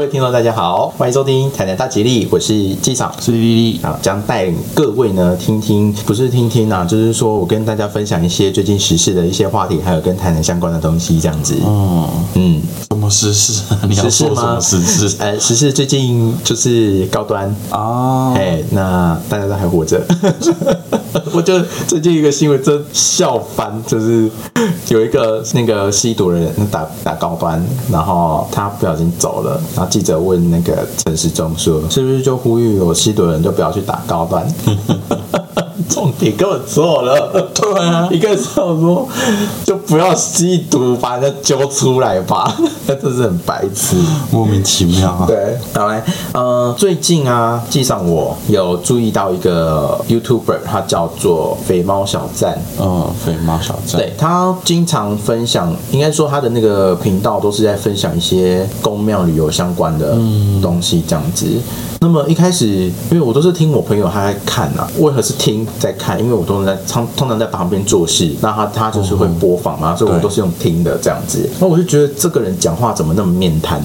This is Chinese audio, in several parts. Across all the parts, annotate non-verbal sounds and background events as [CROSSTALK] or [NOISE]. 位听众，大家好，欢迎收听《台南大吉利》，我是机长，是丽丽，啊，将带领各位呢听听，不是听听啊，就是说我跟大家分享一些最近时事的一些话题，还有跟台南相关的东西，这样子。嗯，嗯，什么时事 [LAUGHS] 啊？你要时事说什吗？么时 [LAUGHS] 事？呃，时事最近就是高端，啊哎、，那大家都还活着。 [LAUGHS] 我觉得最近一个新闻真笑翻，就是有一个那个吸毒的人打打高端，然后他不小心走了，然后记者问那个陈时中说，是不是就呼吁有吸毒的人就不要去打高端？ [LAUGHS] 重点根本错了，对啊一个是要说就不要吸毒，把人家揪出来吧， [LAUGHS] 那真是很白痴。莫名其妙啊。对，好来，呃，最近啊，记上我有注意到一个 YouTuber，他叫做肥猫小站。嗯，肥猫小站，对他经常分享，应该说他的那个频道都是在分享一些宫庙旅游相关的东西这样子。那么一开始，因为我都是听我朋友他在看啊，为何是听在看？因为我通常在通通常在旁边做事，那他他就是会播放嘛，所以我对都是用听的这样子。那我就觉得这个人讲话怎么那么面瘫？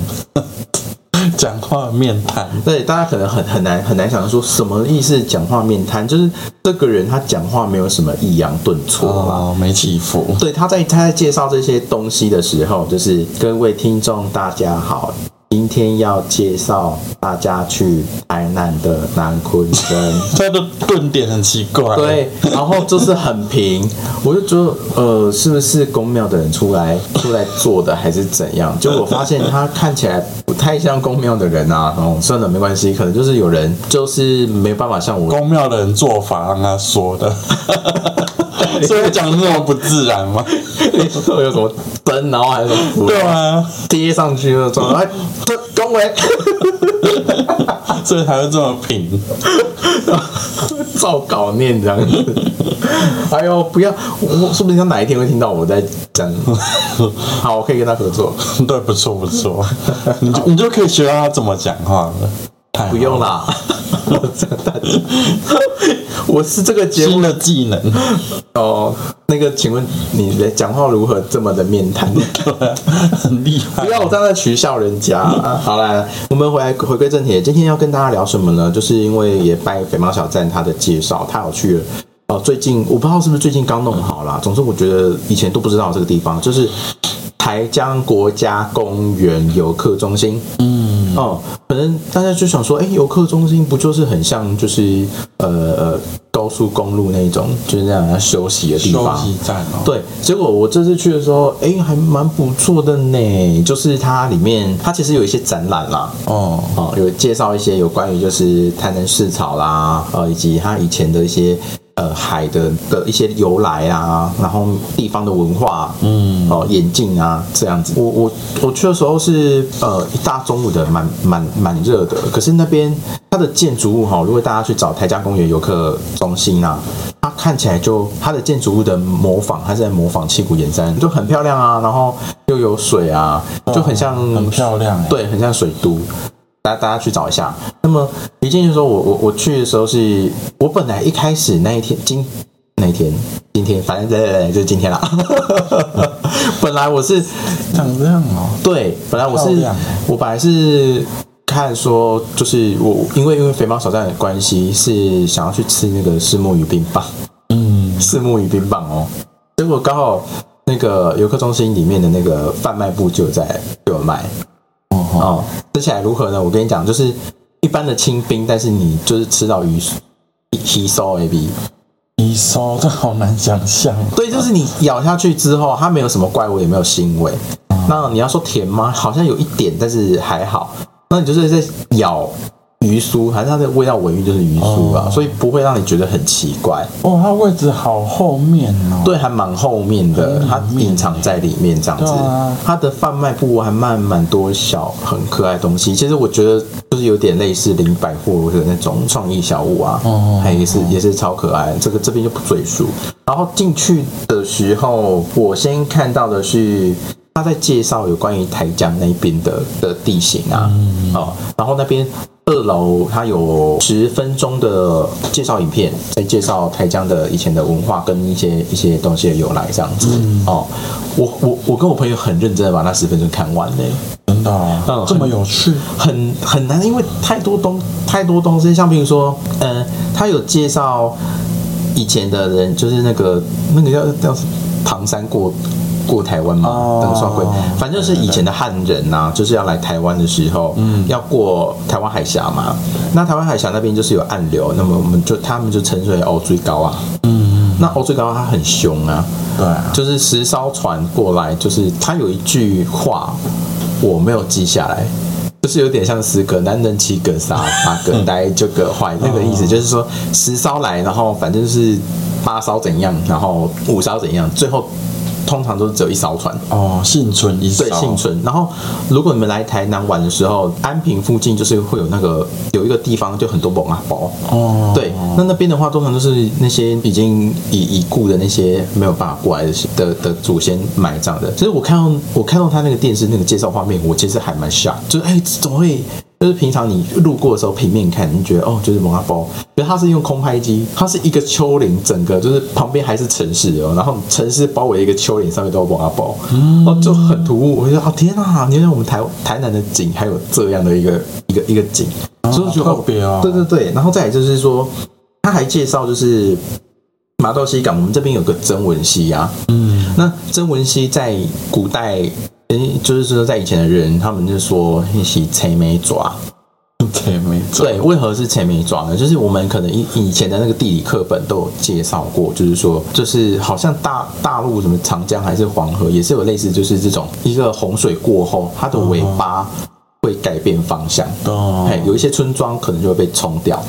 讲话面谈，对，大家可能很很难很难想说什么意思，讲话面瘫，就是这个人他讲话没有什么抑扬顿挫啦。哦，没起伏，对，他在他在介绍这些东西的时候，就是各位听众大家好，今天要介绍大家去台南的南昆生。他的顿点很奇怪。，对，然后就是很平， [LAUGHS] 我就觉得呃，是不是宫庙的人出来出来做的，还是怎样？结果我发现他看起来不太像宫庙的人啊。 [LAUGHS] 哦，算了，没关系，可能就是有人就是没办法像我。 [LAUGHS] 公庙的人做法让他说的， [LAUGHS] 所以讲的那么不自然吗？你说有什么灯，然后还有什么符对啊，贴上去那种，哎，这恭维， [LAUGHS] 所以才会这么平。照稿念这样子。哎呦，不要，我我说不定他哪一天会听到我在 [LAUGHS] 讲。好，我可以跟他合作。对，不错 [LAUGHS] 不错，你就你就可以学到他怎么讲话了。太好不用了，啦，我真的， [LAUGHS] 我是这个节目新的技能。哦。那个，请问你的讲话如何这么的面瘫？啊很厉 [LAUGHS] 害不。要我这样在取笑人 [LAUGHS] 家。好啦，我们回来回归正题，今天要跟大家聊什么呢？就是因为也拜肥猫小站他的介绍，太有趣了。哦，最近我不知道是不是最近刚弄好啦，总之我觉得以前都不知道这个地方，就是台江国家公园游客中心。嗯，哦，可能大家就想说，哎、游客中心不就是很像就是呃呃高速公路那一种，就是那样要休息的地休方。息站哦，对，结果我这次去的时候，哎、还蛮不错的呢。就是它里面，它其实有一些展览啦，哦，哦，有介绍一些有关于就是台南市草啦，呃，以及它以前的一些呃海的的一些由来啊，然后地方的文化，嗯，哦，眼镜啊这样子。我我我去的时候是呃一大中午的，蛮蛮蛮热的。可是那边它的建筑物哈、如果大家去找台家公园游客中心啊，它看起来就它的建筑物的模仿，它是在模仿七股岩山，就很漂亮啊，然后又有水啊，就很像、很漂亮欸对，很像水都。大家大家去找一下。那么一进去的时候，我我我去的时候是，我本来一开始那一天今那一天今天，反正对对对，就是今天啦。 [LAUGHS] 本来我是长这样哦，对，本来我漂是亮我本来是看说，就是我因为因为肥猫小站的关系，是想要去吃那个石目鱼冰棒， [LAUGHS] 嗯，石目鱼冰棒哦。结果刚好那个游客中心里面的那个贩卖部就有在就有卖，哦，哦，吃起来如何呢？我跟你讲，就是一般的清冰，但是你就是吃到鱼吸收 A B，你烧这好难想象，对，就是你咬下去之后，它没有什么怪味，也没有腥味。那你要说甜吗？好像有一点，但是还好。那你就是在咬鱼酥，还是它的味道尾韵就是鱼酥啊，哦所以不会让你觉得很奇怪。哦，它位置好后面哦，对，还蛮后面的，它隐藏在里面这样子对啊。它的贩卖部还卖蛮多小很可爱的东西，其实我觉得就是有点类似零百货的那种创意小物啊哦，还也是也是超可爱。这个这边就不赘述。然后进去的时候，我先看到的是他在介绍有关于台江那边的的地形啊，哦，然后那边二楼它有十分钟的介绍影片，在介绍台江的以前的文化跟一些一些东西的由来这样子。哦，我我我跟我朋友很认真的把那十分钟看完嘞、真的啊、嗯这么有趣，很很难，因为太多东太多东西，像比如说，呃，他有介绍以前的人，就是那个那个叫叫唐山过过台湾嘛，哦那个算过，反正就是以前的汉人呐、就是要来台湾的时候，嗯，要过台湾海峡嘛，那台湾海峡那边就是有暗流，那么我们就他们就称之为欧最高啊，嗯，那欧最高它很凶啊，对啊，就是十艘船过来，就是他有一句话我没有记下来，就是有点像十个男人七个傻，八个呆九个坏那个意思，就是说十艘来，然后反正就是八艘怎样，然后五艘怎样，最后通常都只有一艘船。哦，幸存一对，少，幸存。然后，如果你们来台南玩的时候，安平附近就是会有那个有一个地方，就很多猛啊包。哦，对，那那边的话，通常都是那些已经已已故的那些没有办法过来的的的祖先埋葬的。其实我看到我看到他那个电视那个介绍画面，我其实还蛮 shock，就是哎、怎么会？就是平常你路过的时候，平面看，你觉得哦，就是蒙阿包，可是它是用空拍机，它是一个丘陵，整个就是旁边还是城市哦，然后城市包围一个丘陵，上面都有蒙阿包，哦，就很突兀。我就觉得啊，天啊，原来我们台台南的景还有这样的一个一个一个景，所以我觉得好特别哦对对对，然后再来就是说，他还介绍就是麻豆西港，我们这边有个曾文溪啊，嗯，那曾文溪在古代，诶，就是说在以前的人，他们就说一起贼眉爪， [LAUGHS] 对，没错，对，为何是前面抓呢？就是我们可能以以前的那个地理课本都有介绍过，就是说，就是好像大大陆什么长江还是黄河，也是有类似，就是这种一个洪水过后，它的尾巴嗯会改变方向，哦嘿，有一些村庄可能就会被冲掉，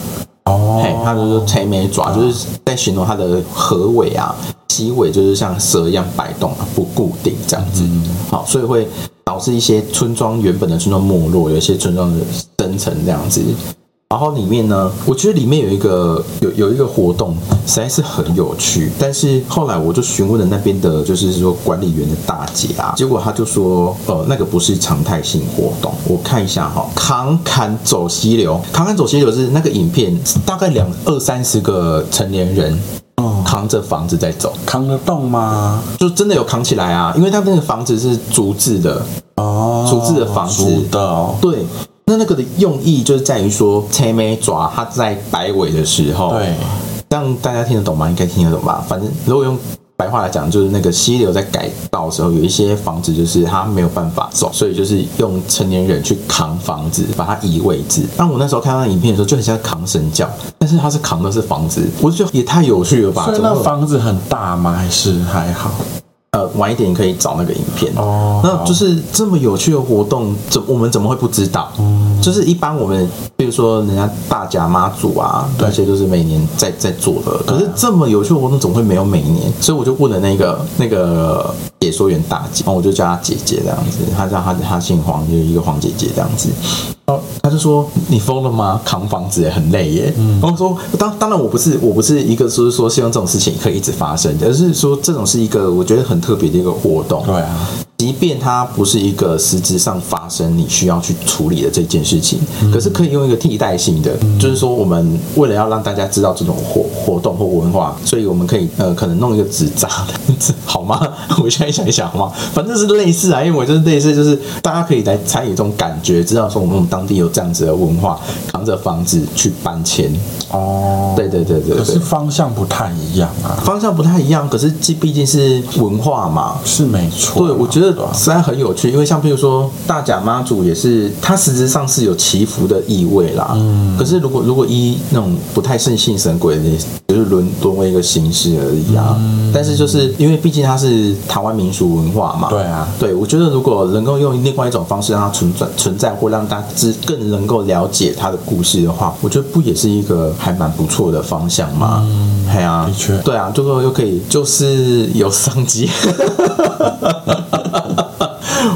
嘿，哦，它就是说垂眉爪，就是在形容它的河尾啊、溪尾，就是像蛇一样摆动啊，不固定这样子。嗯好，所以会导致一些村庄原本的村庄没落，有一些村庄的生成这样子。然后里面呢，我觉得里面有一个有有一个活动，实在是很有趣。但是后来我就询问了那边的，就是说管理员的大姐啊，结果她就说，呃，那个不是常态性活动。我看一下哈、扛砍走溪流，扛砍走溪流是那个影片，大概两二三十个成年人哦扛着房子在走，扛得动吗？就真的有扛起来啊，因为他那个房子是竹制的，哦，竹制的房子竹的哦，对，那那个的用意就是在于说，切眉爪它在摆尾的时候，对，这样大家听得懂吗？应该听得懂吧？反正如果用白话来讲，就是那个溪流在改造的时候，有一些房子就是它没有办法走，所以就是用成年人去扛房子，把它移位置。那我那时候看到那影片的时候，就很像扛神教，但是它是扛的是房子，我就觉得也太有趣了吧？所以怎么那会有房子很大吗？还是还好？呃晚一点可以找那个影片哦那就是这么有趣的活动，怎我们怎么会不知道？嗯就是一般我们比如说人家大甲妈祖啊，对那些都是每年在在做的。可是这么有趣的活动，怎么会没有每年？所以我就问了那个那个解说员大姐，然后我就叫她姐姐这样子，她叫她她姓黄，就是一个黄姐姐这样子。哦，他就说你疯了吗？扛房子也很累耶。嗯，然后说当当然我不是我不是一个就是说希望这种事情可以一直发生，而是说这种是一个我觉得很特别的一个活动。对啊，即便它不是一个实质上发生你需要去处理的这件事情，可是可以用一个替代性的，嗯就是说我们为了要让大家知道这种活活动或文化，所以我们可以呃可能弄一个纸扎的，好吗？ [LAUGHS] 我现在想一想好吗？反正是类似啊，因为我就是类似，就是大家可以来参与这种感觉，知道说我们当地有这样子的文化，扛着房子去搬迁。哦，对对对对可对是，方向不太一样啊，方向不太一样，可是这毕竟是文化嘛，是没错啊。对，我觉得对啊实在很有趣，因为像譬如说大甲妈祖也是，它实质上是有祈福的意味啦。嗯，可是如果如果依那种不太信信神鬼的，就是沦沦为一个形式而已啊。嗯但是就是因为毕竟它是台湾民俗文化嘛，对啊，对，我觉得如果能够用另外一种方式让它存在存在，或让大家知更能够了解它的故事的话，我觉得不也是一个还蛮不错的方向吗？嗯，对啊，的确对啊，就说又可以，就是有商机。 [LAUGHS]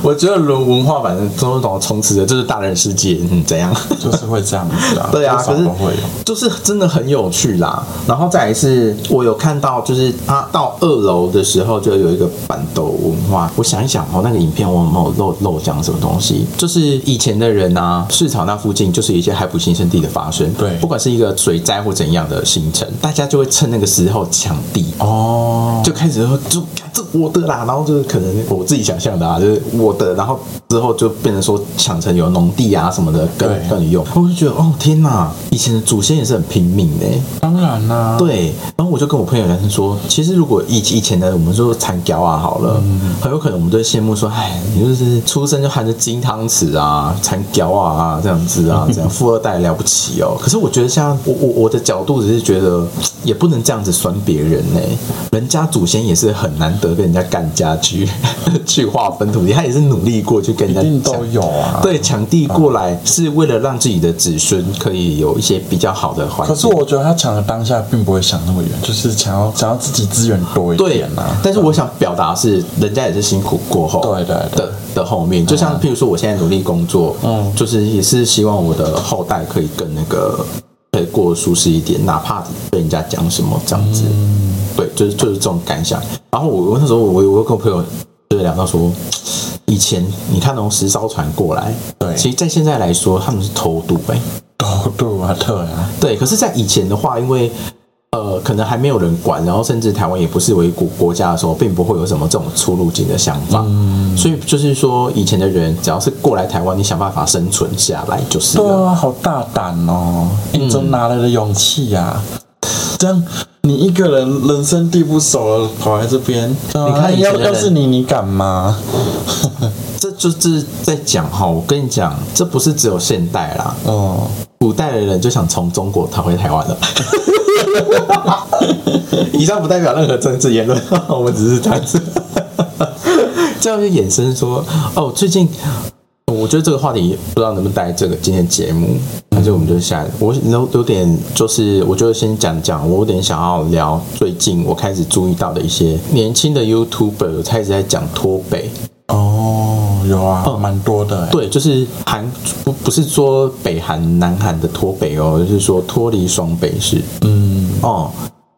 我觉得文文化反正都懂，从此的就是大人世界，嗯，怎样？就是会这样子 [LAUGHS] 啊，对啊，多可少是都会有。就是真的很有趣啦。然后再来是，我有看到，就是他到二楼的时候，就有一个板豆文化。我想一想哦，那个影片我有没有漏漏讲什么东西？就是以前的人啊，市场那附近就是有一些海捕新生地的发生，对不管是一个水灾或怎样的形成，大家就会趁那个时候抢地。哦，就开始说就干这我的啦，然后就是可能我自己想象的啊，就是我的，然后之后就变成说抢成有农地啊什么的跟对跟你用，我就觉得哦天哪，以前的祖先也是很拼命的欸、当然啦、对，然后我就跟我朋友聊天说，其实如果以以前的我们说残雕啊好了，嗯很有可能我们都会羡慕说，哎，你就是出生就含着金汤匙啊，残雕啊这样子 [LAUGHS] 啊，这样富二代了不起哦。可是我觉得像我我我的角度只是觉得，也不能这样子酸别人呢、人家祖先也是很难得跟人家干家去 [LAUGHS] 去划分土地，他也是努力过去跟一人定家讲都。有啊。，对，抢地过来是为了让自己的子孙可以有一些比较好的环境。可是我觉得他抢的当下并不会想那么远，就是想要想要自己资源多一对点啊。但是我想表达是，人家也是辛苦过后，对对对的的后面，就像譬如说，我现在努力工作，嗯就是也是希望我的后代可以更那个，可以过得舒适一点，哪怕被人家讲什么这样子，嗯对，就是就是这种感想。然后我我那时候我我又跟我朋友就是聊到说。以前你看从石艘船过来，对其实，在现在来说，他们是偷渡哎、都对啊， [LAUGHS] 对啊，对，可是，在以前的话，因为呃，可能还没有人管，然后甚至台湾也不是为国国家的时候，并不会有什么这种出入境的想法。所以就是说，以前的人只要是过来台湾，你想办法生存下来就是对了。啊，好大胆哦！你从哪来的勇气呀、啊？这样你一个人人生地不熟了，跑来这边，你看以前要的人要是你，你敢吗？ [LAUGHS] 这就是在讲哈，我跟你讲，这不是只有现代啦，哦，古代的人就想从中国逃回台湾了。 [LAUGHS] 以上不代表任何政治言论，我们只是谈这。 [LAUGHS] 这样就衍生说，哦，最近嗯我觉得这个话题不知道能不能带这个今天节目，但是我们就下我有有点就是，我就先讲讲，我有点想要聊最近我开始注意到的一些年轻的 YouTuber 开始在讲脱北，哦，有啊，蛮多的欸。对，就是韩不不是说北韩、南韩的脱北哦，就是说脱离双北是，嗯，哦，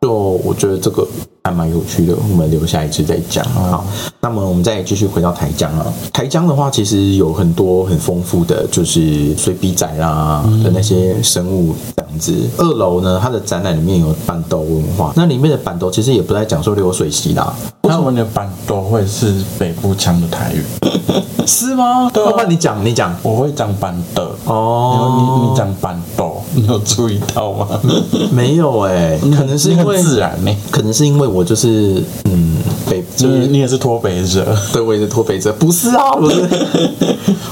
就我觉得这个还蛮有趣的，我们留下一次再讲。嗯好，那么我们再继续回到台江啊，台江的话其实有很多很丰富的，就是水笔仔啦嗯的那些生物这样子。二楼呢，它的展览里面有板豆文化，那里面的板豆其实也不在讲说流水席啦，为什么你的板都会是北部腔的台语？ [LAUGHS] 是吗？对、啊要哦不然你讲，你讲。我会讲板的。哦，你你你讲板豆，你有注意到吗？没有哎、 [LAUGHS] 可能是嗯你因很为嗯自然呢、可能是因为我就是嗯北就你是你也是脱北者，对我也是脱北者，不是啊，不是。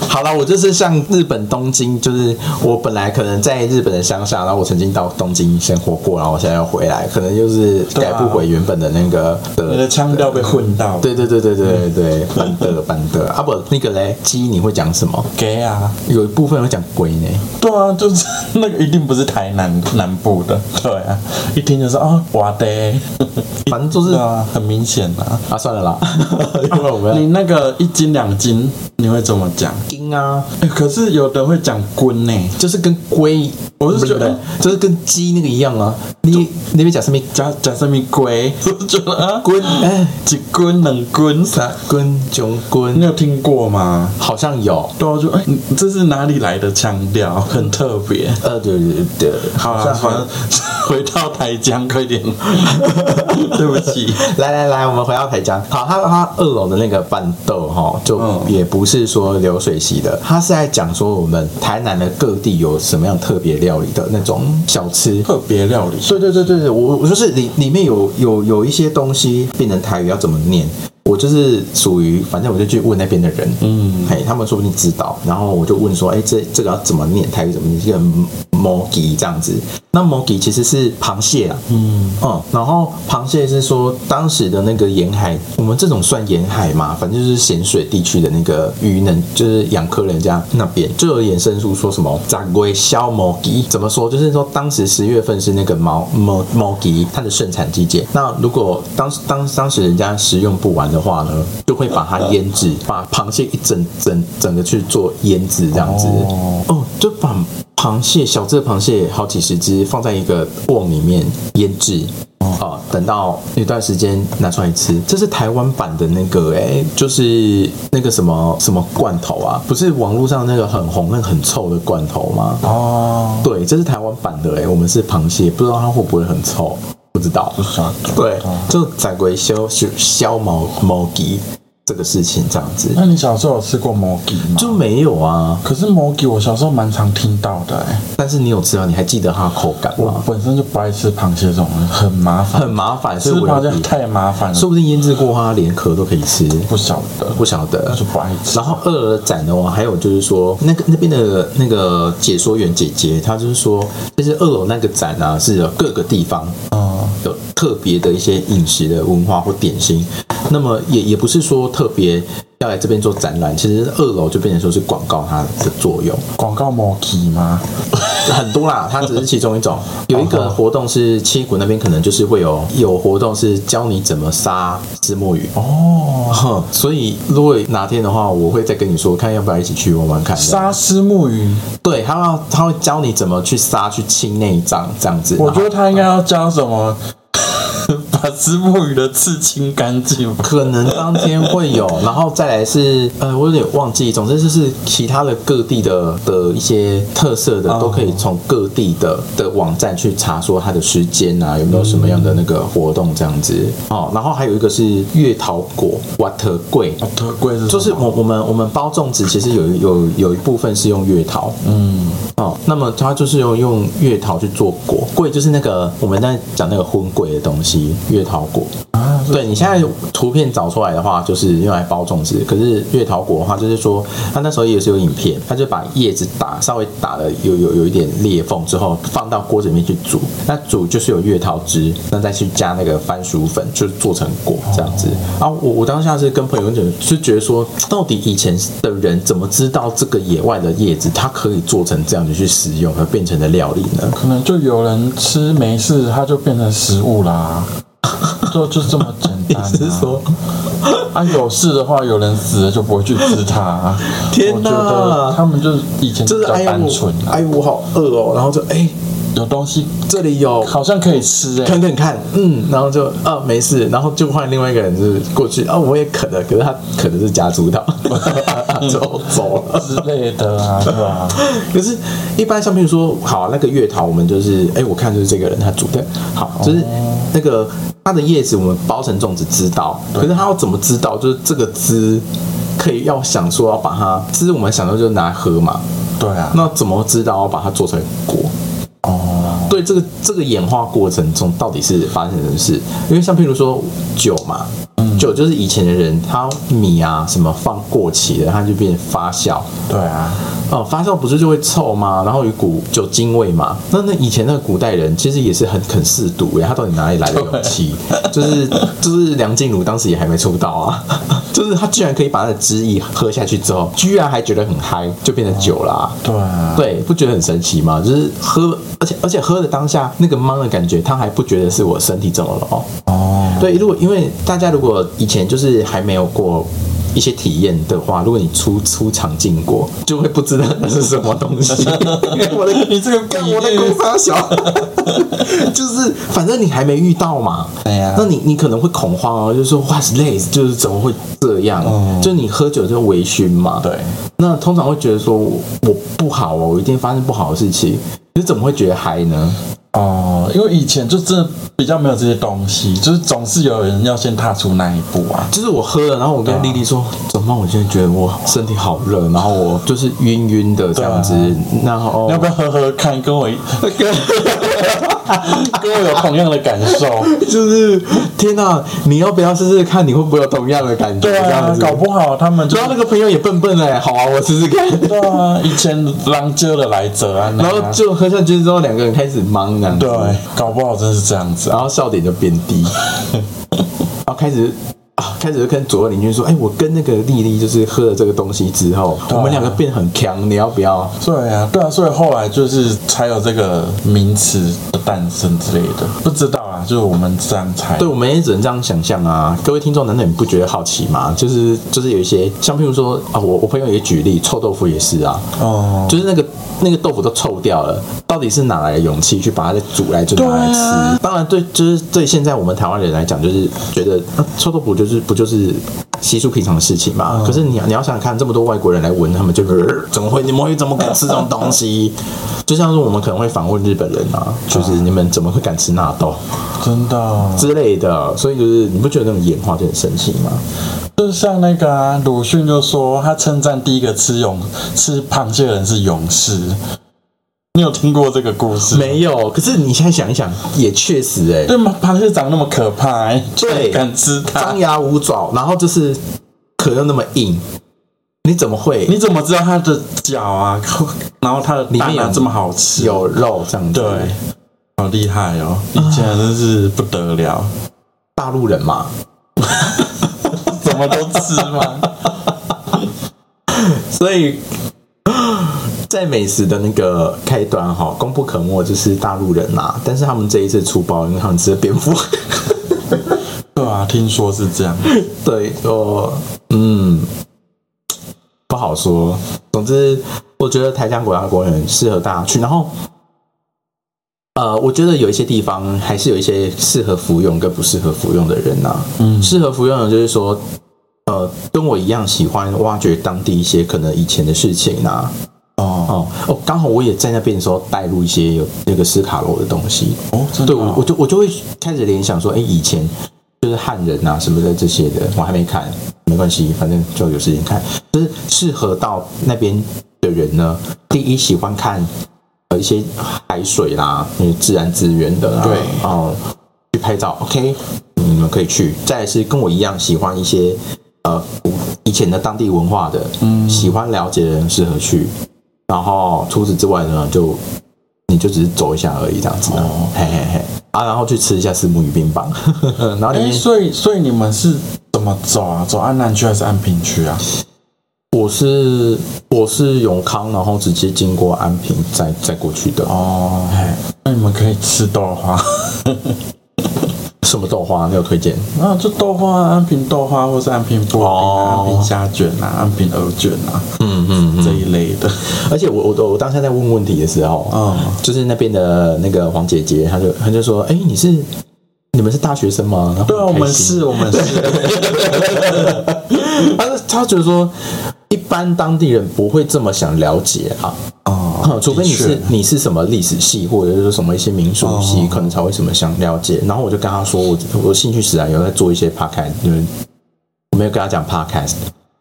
好了，我就是像日本东京，就是我本来可能在日本的乡下，然后我曾经到东京生活过，然后我现在要回来，可能就是对改啊不回原本的那个你的的。腔调被混到。对对对对对对对，班的班的啊不，那个嘞鸡你会讲什么？给啊，有一部分会讲龟呢，对啊，就是 [LAUGHS] 那个一定不是台南南部的，对啊，一听就是啊，哇的， [LAUGHS] 反正就是对啊，很明显啊。啊算了啦， [LAUGHS] 因为我们你那个一斤两斤，你会怎么讲？要听啊，哎可是有的会讲滚呢、就是跟龟，我是觉得不就是跟鸡那个一样啊。你那边讲什么假假设你龟， [LAUGHS] 我就觉得啊，滚？哎，几滚能滚，啥滚囧你滚？有听过吗？好像有，对啊，就哎、你这是哪里来的腔调？很特别。呃，对对对，好啦，像反 [LAUGHS] 正回到台江，快点， [LAUGHS] 对不起。来来来，我们回到台江。好，他他二楼的那个板豆哈，就嗯也不是说流水席的，他是在讲说我们台南的各地有什么样特别料理的那种小吃。特别料理，对对对对对，我我就是里里面有有有一些东西变成台语要怎么念，我就是属于反正我就去问那边的人，嗯，嘿，他们说不定知道，然后我就问说，哎，这这个要怎么念台语怎么念？这个 m o g i 这样子，那 m o g i 其实是螃蟹啊，嗯嗯，然后螃蟹是说当时的那个沿海，我们这种算沿海嘛，反正就是咸水地区的那个渔能，就是养科人家那边就有衍生出说什么“掌柜消毛鸡”，怎么说？就是说当时十月份是那个毛毛毛鸡它的盛产季节，那如果当当当时人家食用不完的的话呢，就会把它腌制，把螃蟹一整整整个去做腌制这样子。哦哦，就把螃蟹小只的螃蟹好几十只放在一个瓮里面腌制。哦，等到一段时间拿出来吃，这是台湾版的那个哎、就是那个什么什么罐头啊，不是网络上那个很红、那个很臭的罐头吗？哦，对，这是台湾版的哎、我们是螃蟹，不知道它会不会很臭，不知道。晓得对，就宰鬼消消消毛毛鸡这个事情这样子，那你小时候有吃过摩吉吗？就没有啊。可是摩吉我小时候蛮常听到的、欸，但是你有吃到，你还记得它的口感我吗？本身就不爱吃螃蟹这种，很麻 [LAUGHS] 烦，很麻烦，所吃以我螃要蟹太麻烦了， [LAUGHS] 说不定腌制过它连壳都可以吃，不晓得，不晓得我。就不爱吃然。后二尔展的话，还有就是说，那个那边的那个解说员姐姐，她就是说，就是二楼那个展啊，是有各个地方嗯，有特别的一些饮食的文化或点心。那么也也不是说特别要来这边做展览，其实二楼就变成说是广告它的作用广告摩吉吗？很多啦，它只是其中一 [LAUGHS] 种。有一个活动是七股那边可能就是会有有活动是教你怎么杀石墨鱼。哦，哼， [LAUGHS] 所以如果哪天的话，我会再跟你说，看要不要一起去玩玩看。沙丝木鱼，对，他要他会教你怎么去杀、去清内脏这样子。我然觉后得他应该要教什么， [LAUGHS] 把丝木鱼的刺清干净吧。可能当天会有，然后再来是呃，我有点忘记，总之就是其他的各地的的一些特色的，哦都可以从各地的的网站去查说它的时间啊，有没有什么样的那个活动这样子。哦，然后还有一个是月桃果 water 桂，哦特贵是就是我我们我们包粽子，其实有一有有一部分是用月桃，嗯，哦，那么它就是用用月桃去做果桂，就是那个我们在讲那个荤桂的东西，月桃果。啊，对你现在图片找出来的话，就是用来包粽子。可是月桃果的话，就是说它那时候也是有影片，它就把叶子打稍微打了有有有一点裂缝之后，放到锅子里面去煮。那煮就是有月桃汁，那再去加那个番薯粉，就是做成果这样子。啊，我我当下是跟朋友讲，就觉得说，到底以前的人怎么知道这个野外的叶子它可以做成这样子去食用而变成的料理呢？可能就有人吃没事，它就变成食物啦， [LAUGHS] 就就这么简 [LAUGHS] 单、啊。是说啊，有事的话，有人死了就不会去吃它、天哪我觉得他们就是以前就比是较哎呀单我纯啊，哎呀我好饿哦，然后就哎有东西这里有好像可 [LAUGHS] 以吃哎、啃啃看，嗯，然后就啊没事，然后就换另外一个人就是过去啊，我也啃了，可是他啃的是 [LAUGHS] 夹竹桃，就走了。之类的啊，对吧？可是，一般像比如说，好啊那个月桃，我们就是哎、我看就是这个人他煮的，好，就是那个它的叶子我们包成粽子知道，可是他要怎么知道？就是这个汁可以要想说要把它汁，我们想到就是拿来喝嘛，对啊，那怎么知道要把它做成果？哦，对这个这个演化过程中到底是发生什么事？因为像譬如说酒嘛，酒就是以前的人他米啊什么放过期了，它就变发酵。对啊，哦，发酵不是就会臭吗？然后有股酒精味嘛。那那以前那个古代人其实也是很很嗜赌耶，欸他到底哪里来的勇气？就是就是梁静茹当时也还没出道啊， [LAUGHS] 就是他居然可以把那个汁液喝下去之后，居然还觉得很嗨，就变成酒啦、对啊，对，不觉得很神奇吗？就是喝，而且而且喝的当下那个懵的感觉，他还不觉得是我身体怎么了哦。哦，对，如果因为大家如果以前就是还没有过一些体验的话，如果你出出场进过，就会不知道那是什么东 [LAUGHS] 西。我的你这个干比喻我的狗傻小， [LAUGHS] 就是反正你还没遇到嘛，对呀那你你可能会恐慌哦，就是说 what's this，就是怎么会这样？嗯就你喝酒就微醺嘛，对，那通常会觉得说我我不好哦，我一定发生不好的事情，你怎么会觉得嗨呢？哦，因为以前就真的比较没有这些东西，就是总是有人要先踏出那一步啊。就是我喝了，然后我跟丽丽说，怎么办？我现在觉得我身体好热，然后我就是晕晕的这样子，啊然后要不要喝喝看？跟我一跟跟我有同样的感受？ [LAUGHS] 就是天哪、你要不要试试看？你会不会有同样的感觉？ [LAUGHS] 对这样啊，子，搞不好他们就然后那个朋友也笨笨的、好啊，我试试看。对啊，以前狼藉的来者啊，然后就喝下去之后，两个人开始忙这样子对，，搞不好真是这样子啊。然后笑点就变低，然后开始。啊，开始就跟左右邻居说：“哎、我跟那个丽丽就是喝了这个东西之后，啊我们两个变很强，你要不要？对啊，对啊，所以后来就是才有这个名词的诞生之类的，不知道啊，就是我们这样猜。对，我们也只能这样想象啊。各位听众，难道你不觉得好奇吗？就是就是有一些，像譬如说啊，我我朋友也举例，臭豆腐也是啊，哦，就是那个那个豆腐都臭掉了，到底是哪来的勇气去把它再煮来就拿来吃？对啊当然对，就是对现在我们台湾人来讲，就是觉得、啊、臭豆腐就是不就是稀疏平常的事情嘛。嗯可是你你要想想看，这么多外国人来闻，他们就、呃怎么会你们会怎么敢吃这种东西？ [LAUGHS] 就像是我们可能会访问日本人啊，就是嗯你们怎么会敢吃纳豆真的哦、之类的？所以就是你不觉得那种演化就很神奇吗？就像那个啊，鲁迅就说他称赞第一个吃勇吃螃蟹的人是勇士。你有听过这个故事？，没有，可是你现在想一想，也确实哎、对吗？螃蟹长那么可怕、欸，对敢吃它 [LAUGHS] 张？牙舞爪，然后就是壳又那么硬，你怎么会你怎么知道它的脚啊？ [LAUGHS] 然后它的里面蛋有啊这么好吃？，有肉这样子？对，好厉害哦！以前真是不得了，大陆人嘛，什么都吃吗？ [LAUGHS] 所以 [GASPS] 在美食的那个开端哈，功不可没就是大陆人啦、但是他们这一次出包，因为他们吃了蝙蝠。对啊，听说是这样。对，哦，嗯，不好说。总之，我觉得台江国家公园很适合大家去。然后，呃，我觉得有一些地方还是有一些适合服用跟不适合服用的人呐、嗯，适合服用的就是说，呃，跟我一样喜欢挖掘当地一些可能以前的事情啊。哦哦哦，刚好我也在那边的时候带入一些有那个斯卡罗的东西。哦，真的对哦、我我就我就会开始联想说，哎、以前就是汉人啊什么的这些的，我还没看，没关系，反正就有时间看。就是适合到那边的人呢，第一喜欢看呃一些海水啦，那些自然资源的啦，对哦、去拍照，OK，你嗯们可以去。再来是跟我一样喜欢一些呃古以前的当地文化的，嗯，喜欢了解的人适合去。然后除此之外呢，就你就只是走一下而已，这样子、啊。哦嘿嘿嘿。啊，然后去吃一下石木鱼冰棒， [LAUGHS] 然后里哎、面所以所以你们是怎么走啊？走安南区还是安平区啊？我是我是永康，然后直接经过安平再再过去的。哦，那你们可以吃豆花， [LAUGHS] 什么豆花？你有推荐？那就豆花啊安平豆花，或是安平布丁、啊、哦安平虾卷啊、安平鹅卷啊，嗯嗯这一类的。而且我我我当下在问问题的时候，嗯就是那边的那个黄姐姐，她就她就说：“哎、你是你们是大学生吗？”然后对啊，我很们开心是，我们是，啊 [LAUGHS] 她她觉得说，一般当地人不会这么想了解啊， [LAUGHS] 哦，除非你的是确你是什么历史系，或者是说什么一些民俗系，哦可能才会什么想了解。然后我就跟他说，我我兴趣使然有在做一些 podcast，就是我没有跟他讲 podcast，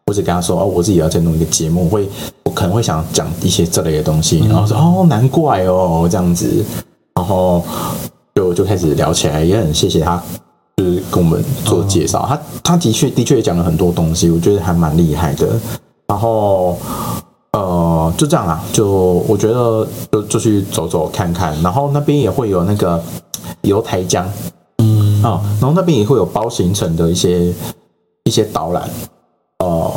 我只跟他说哦，我自己要再弄一个节目，我会我可能会想讲一些这类的东嗯西。然后说哦，难怪哦这样子，然后就就开始聊起来，也很谢谢他。就是跟我们做嗯介绍，他他的确的确也讲了很多东西，我觉得还蛮厉害的。然后呃，就这样啦，就我觉得就就去走走看看，然后那边也会有那个游台江嗯，啊、然后那边也会有包行程的一些一些导览，呃，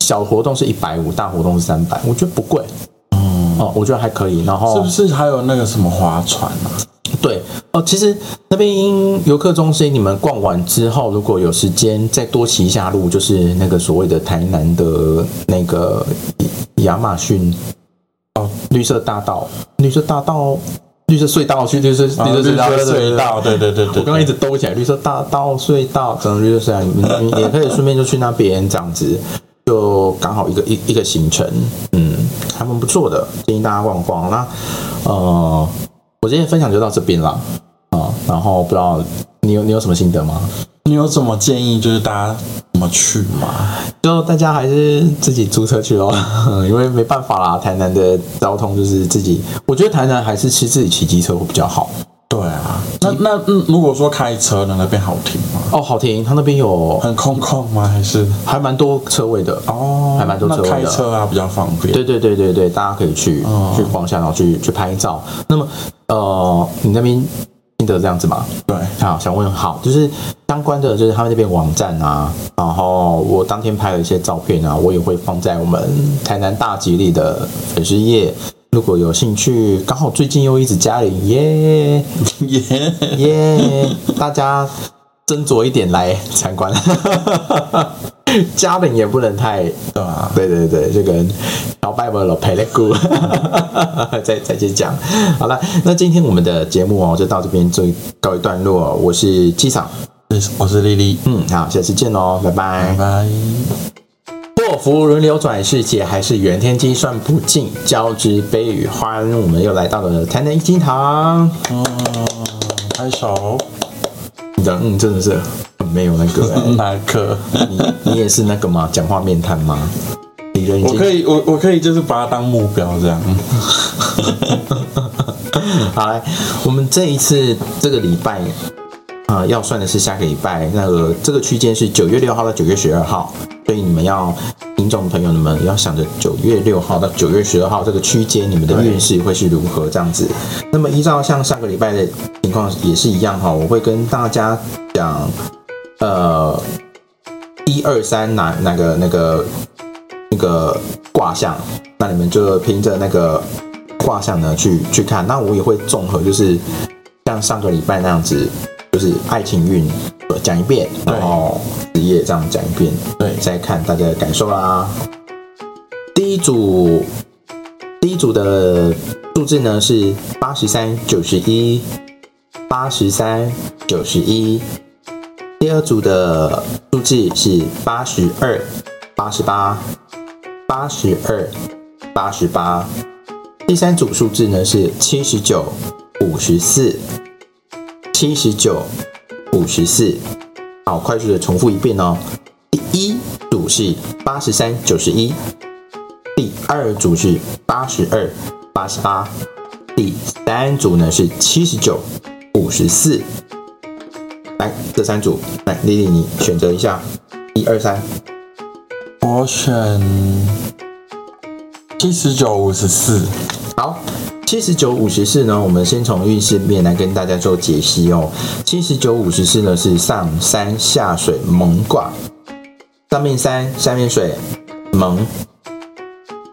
小活动是一百五，大活动是三百，我觉得不贵，哦、我觉得还可以。然后是不是还有那个什么划船啊？对哦，其实那边游客中心，你们逛完之后，如果有时间再多骑一下路，就是那个所谓的台南的那个亚马逊哦，绿色大道，绿色大道，绿色隧道去绿色绿色隧道，啊绿对色隧。道，对对对对，我刚刚一直兜起来，绿色大道隧道，整个绿色隧道，你你也可以顺便就去那边这样子，就刚好一个一一个行程，嗯，还蛮不错的，建议大家逛逛。那呃，我今天分享就到这边啦，啊、然后不知道你有你有什么心得吗？你有什么建议？就是大家怎么去嘛？就大家还是自己租车去咯， [LAUGHS] 因为没办法啦，台南的交通就是自己，我觉得台南还是骑自己骑机车会比较好。对啊，那那嗯，如果说开车呢，那边好停吗？哦，好停，它那边有很空旷吗？还是还蛮多车位的。哦，还蛮多车那位的开车啊比较方便。对对对对对，大家可以去、哦去逛一下，然后去去拍照。那么呃，你那边听得这样子吗？对， [LAUGHS] 好，想问好，就是相关的，就是他们那边网站啊，然后我当天拍了一些照片啊，我也会放在我们台南大吉利的粉丝页，如果有兴趣，刚好最近又一直加零，耶耶、耶，大家斟酌一点来参观。 [LAUGHS] 嘉陵也不能太对啊吧？对对对，这个人摇摆不了赔了股， [LAUGHS] 再再去讲。好了，那今天我们的节目哦，就到这边最告一段落。我是机长，我是丽丽，嗯，好，下次见喽，拜拜拜。拜。祸福轮流转，是劫还是缘？天机算不尽，交织悲与欢。我们又来到了台南一金堂。哦，拍手，你的嗯，真的是很没有那个、欸。哪个？你 [LAUGHS] 你也是那个吗？讲话面瘫吗？你人已我经可以，我我可以就是把它当目标这样。 [LAUGHS] 好来，我们这一次这个礼拜啊、要算的是下个礼拜那个这个区间是九月六号到九月十二号，所以你们要听众朋友们要想着九月六号到九月十二号这个区间你们的运势会是如何这样子。那么依照像上个礼拜的情况也是一样哈，我会跟大家讲，呃，一二三哪哪个那个那个卦象，那你们就凭着那个卦象呢去去看。那我也会综合，就是像上个礼拜那样子，就是爱情运呃讲一遍，对然后职业这样讲一遍，对再看大家的感受啦。第一组，第一组的数字呢是八十三、九十一、八十三、九十一。第二组的数字是八十二、八十八、八十二、八十八。第三组数字呢是七十九、五十四、七十九、五十四。好，快速的重复一遍哦。第一组是八十三、九十一，第二组是八十二、八十八，第三组呢是七十九、五十四。来，这三组，来，丽丽你选择一下，一二三，我选七十九五十四，好，七十九五十四呢，我们先从运势面来跟大家做解析哦。七十九五十四呢是上山下水蒙卦，上面山，下面水，蒙。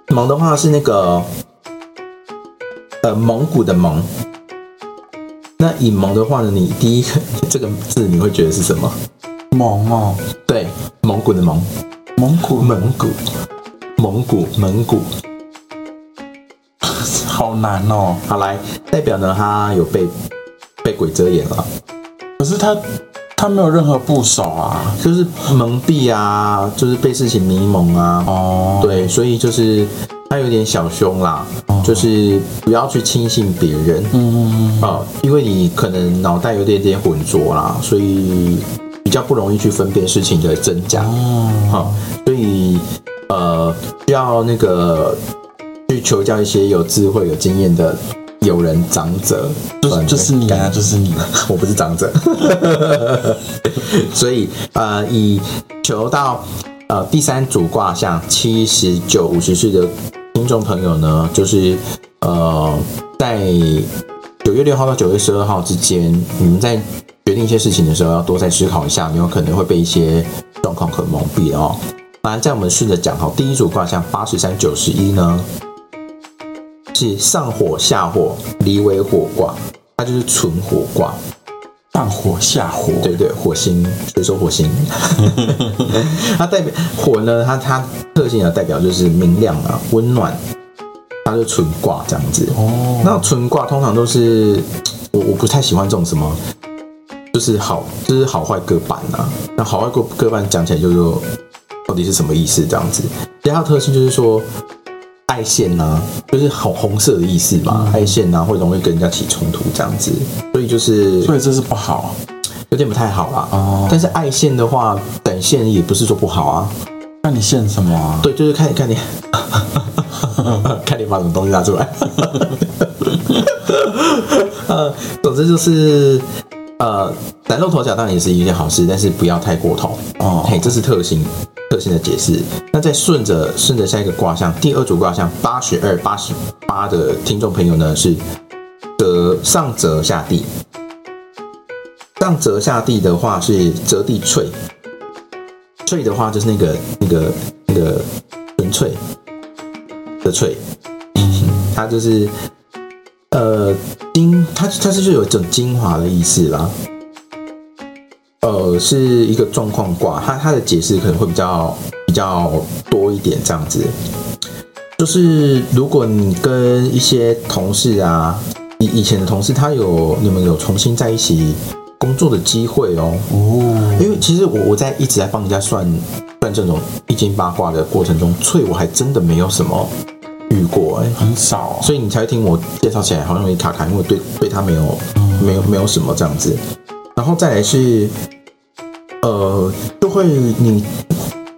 蒙的话是那个呃蒙古的蒙。那以蒙的话呢，你第一个这个字你会觉得是什么？猛哦，对，蒙古的蒙，蒙古蒙古，蒙古，蒙古。好难哦。好来，代表呢他有被被鬼遮眼了。可是他他没有任何部首啊。就是蒙蔽啊，就是被事情迷蒙啊。哦，对，所以就是他有点小凶啦，就是不要去轻信别人嗯，哦，因为你可能脑袋有点点浑浊啦，所以比较不容易去分辨事情的真假。哦，好、所以呃，需要那个去求教一些有智慧、有经验的友人长者，就是就是你啊，就是你。我不是长者， [LAUGHS] 所以呃，以求到呃第三组卦象七十九五十四的听众朋友呢，就是呃在九月六号到九月十二号之间，你们在决定一些事情的时候，要多再思考一下，你有可能会被一些状况可蒙蔽哦。那这样我们试着讲好，第一组卦象八十三九十一呢，是上火下火离为火卦，它就是纯火卦。上火下火，对对，火星，所以说火星，它代表火呢，它它特性的啊代表就是明亮啊、温暖，它就纯卦这样子。哦，那纯卦通常都是我我不太喜欢这种什么，就是好就是好坏各半啊。那好坏各各半讲起来就是说到底是什么意思这样子？其实它的特性就是说爱线呐、就是红红色的意思嘛，爱线呐、会容易跟人家起冲突这样子，所以就是所以这是不好有点不太好啦。哦。但是爱线的话，等线也不是说不好啊。那你献什么啊？对，就是看你看 [LAUGHS] 你，看你把什么东西拿出来。 [LAUGHS] 呃，总之就是，呃，崭露头角当然也是一件好事，但是不要太过头。哦嘿，这是特性特性的解释。那再顺着顺着下一个卦象，第二组卦象八十二、八十八的听众朋友呢是折上折下地，上折下地的话是折地翠，翠的话就是那个那个那个纯粹的翠，它就是呃精，它它是就有一种精华的意思啦。呃，是一个状况卦，它它的解释可能会比较比较多一点，这样子。就是如果你跟一些同事啊，以以前的同事，他有你们有重新在一起工作的机会哦。哦，因为其实我我在一直在帮人家算算这种易经八卦的过程中，翠我还真的没有什么遇过哎、很少哦所以你才会听我介绍起来好像有点卡卡，因为我对对他没有没有没有什么这样子。然后再来是，呃，就会你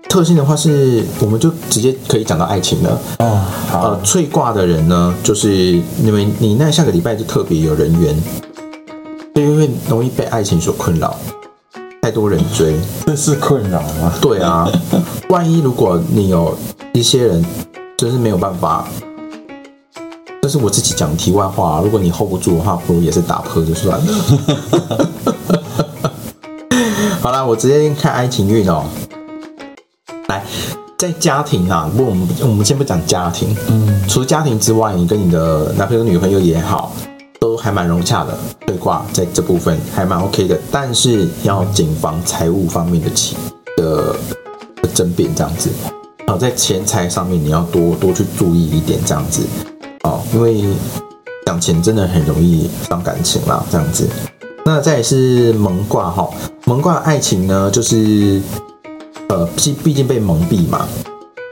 特性的话是，我们就直接可以讲到爱情了。哦，呃好，，翠卦的人呢，就是因为你那下个礼拜就特别有人缘，就因为容易被爱情所困扰，太多人追。这是困扰吗？对啊，万一如果你有一些人真是没有办法，这是我自己讲题外话、如果你 hold 不住的话，不如也是打破就算了。 [LAUGHS] 好啦，我直接看爱情运哦。来，在家庭啊，不，我们我们先不讲家庭，嗯，除了家庭之外，你跟你的男朋友、女朋友也好，都还蛮融洽的，对卦在这部分还蛮 OK 的，但是要谨防财务方面的起的的争辩这样子。好，在钱财上面你要多多去注意一点这样子，哦，因为讲钱真的很容易伤感情啦，这样子。那再来是蒙卦哈，蒙卦爱情呢，就是呃，毕毕竟被蒙蔽嘛，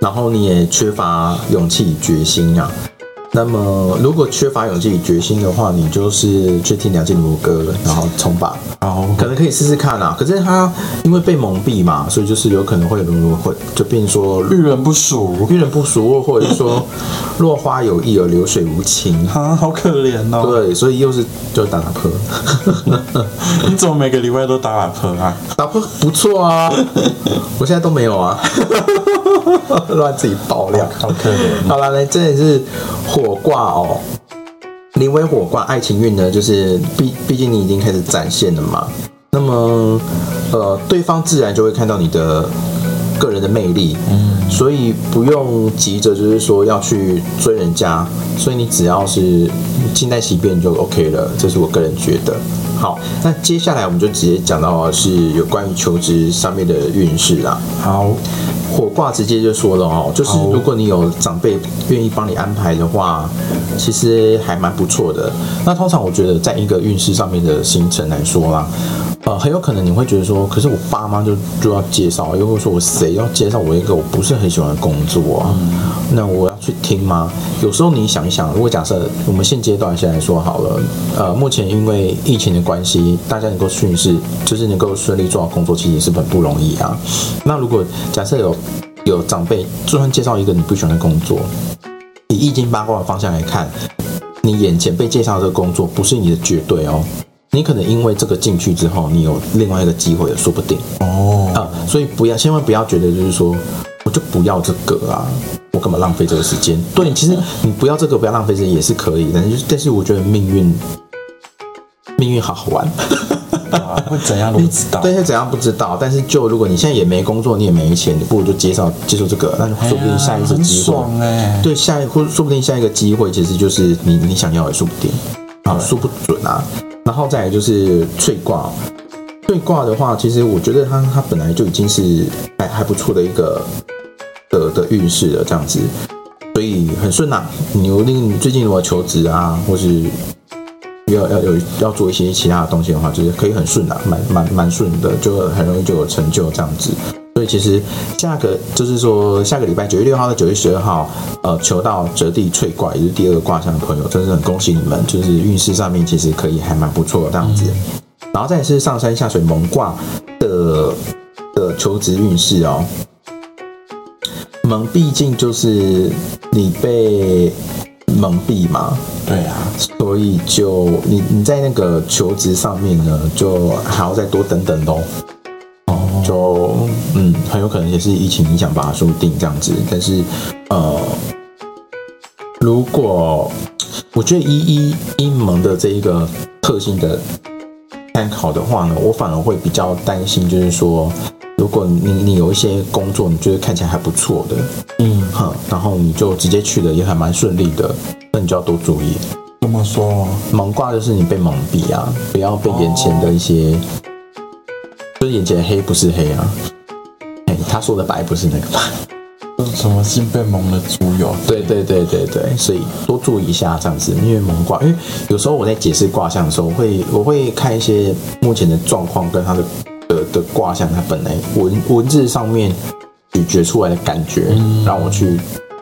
然后你也缺乏勇气与决心啊。那么，如果缺乏勇气与决心的话，你就是去听梁静茹歌，然后冲吧，好，可能可以试试看啊。可是他因为被蒙蔽嘛，所以就是有可能会沦落，会就变成说遇人不淑遇人不淑，或者是说落花有意而流水无情。啊，好可怜哦！对，所以又是就打打破，你怎么每个礼拜都打打嗝啊？打破不错啊，我现在都没有啊，乱自己爆料。好可怜，好了，来，这里是火卦哦。临危火卦，爱情运呢，就是毕毕竟你已经开始展现了嘛，那么呃，对方自然就会看到你的个人的魅力，嗯，所以不用急着就是说要去追人家，所以你只要是静待其变就 OK 了，这是我个人觉得。好，那接下来我们就直接讲到的是有关于求职上面的运势啦。好，火卦直接就说了哦，就是好如果你有长辈愿意帮你安排的话，其实还蛮不错的。那通常我觉得，在一个运势上面的行程来说啦，呃，很有可能你会觉得说，可是我爸妈就就要介绍，又或者说我谁要介绍我一个我不是很喜欢的工作啊，那我要去听吗？有时候你想一想，如果假设我们现阶段先来说好了，呃，目前因为疫情的关系，大家能够顺势，就是能够顺利做好工作，其实也是很不容易啊。那如果假设有有长辈，就算介绍一个你不喜欢的工作，以易经八卦的方向来看，你眼前被介绍的这个工作不是你的绝对哦，你可能因为这个进去之后，你有另外一个机会也说不定哦，啊、所以不要，千万不要觉得就是说，我就不要这个啊，我干嘛浪费这个时间？对，其实你不要这个，不要浪费这个也是可以，但是但是我觉得命运，命运好好玩。啊 [LAUGHS] 会怎样都不知道。对，是怎样不知道，但是就如果你现在也没工作，你也没钱，你不如就介绍接受这个，那哎呀，说不定下一次很机会，爽哎，对，下一或说不定下一个机会其实就是你你想要也说不定啊，说不准啊。然后再来就是翠卦，翠卦的话，其实我觉得它它本来就已经是还还不错的一个的的运势了，这样子，所以很顺啊。你如你最近如果求职啊，或是要要有要做一些其他的东西的话，就是可以很顺啊，蛮蛮蛮顺的，就很容易就有成就这样子。所以其实下个就是说下个礼拜九月六号到九月十二号，呃，求到折地翠卦，也就是第二个卦象的朋友，真是很恭喜你们，就是运势上面其实可以还蛮不错的这样子。然后再来是上山下水蒙卦的的求职运势哦，蒙毕竟就是你被蒙蔽嘛，对啊，所以就你你在那个求职上面呢，就还要再多等等喽。哦，就嗯，很有可能也是疫情影响吧，说不定这样子。嗯但是呃，嗯如果我觉得一一一盟的这一个特性的参考的话呢，我反而会比较担心，就是说，如果你你有一些工作，你觉得看起来还不错的，嗯，哼，然后你就直接去了，也还蛮顺利的。那你就要多注意。这么说，蒙挂就是你被蒙蔽啊，不要被眼前的一些，就是眼前的黑不是黑啊，哎，他说的白不是那个白。这是什么新被蒙的猪油？对对对对对，所以多注意一下这样子，因为蒙卦，因为有时候我在解释卦象的时候，我会我会看一些目前的状况跟它的的的卦象，它本来文文字上面咀嚼出来的感觉，让我去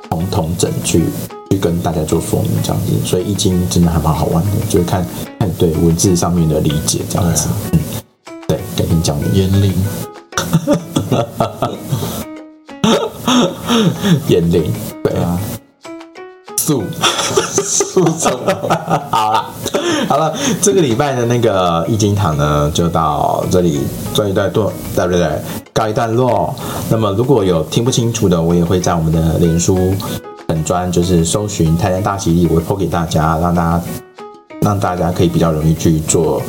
统统整去去跟大家做说明这样子，所以易经真的还蛮好玩的，就是看看你对文字上面的理解这样子，嗯，对，改天讲你年龄眼龄，对啊。素素怎么？好啦，好了，这个礼拜的那个易经堂呢，就到这里做一段落，对不对？告一段落。那么如果有听不清楚的，我也会在我们的脸书粉专，就是搜寻“泰山大吉利”，我会 po 给大家，让大家让大家可以比较容易去做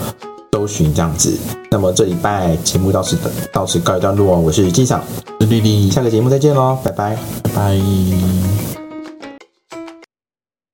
搜寻这样子。那么这礼拜节目到此到此告一段落，我是金赏，丽丽，下个节目再见喽，拜拜。拜拜。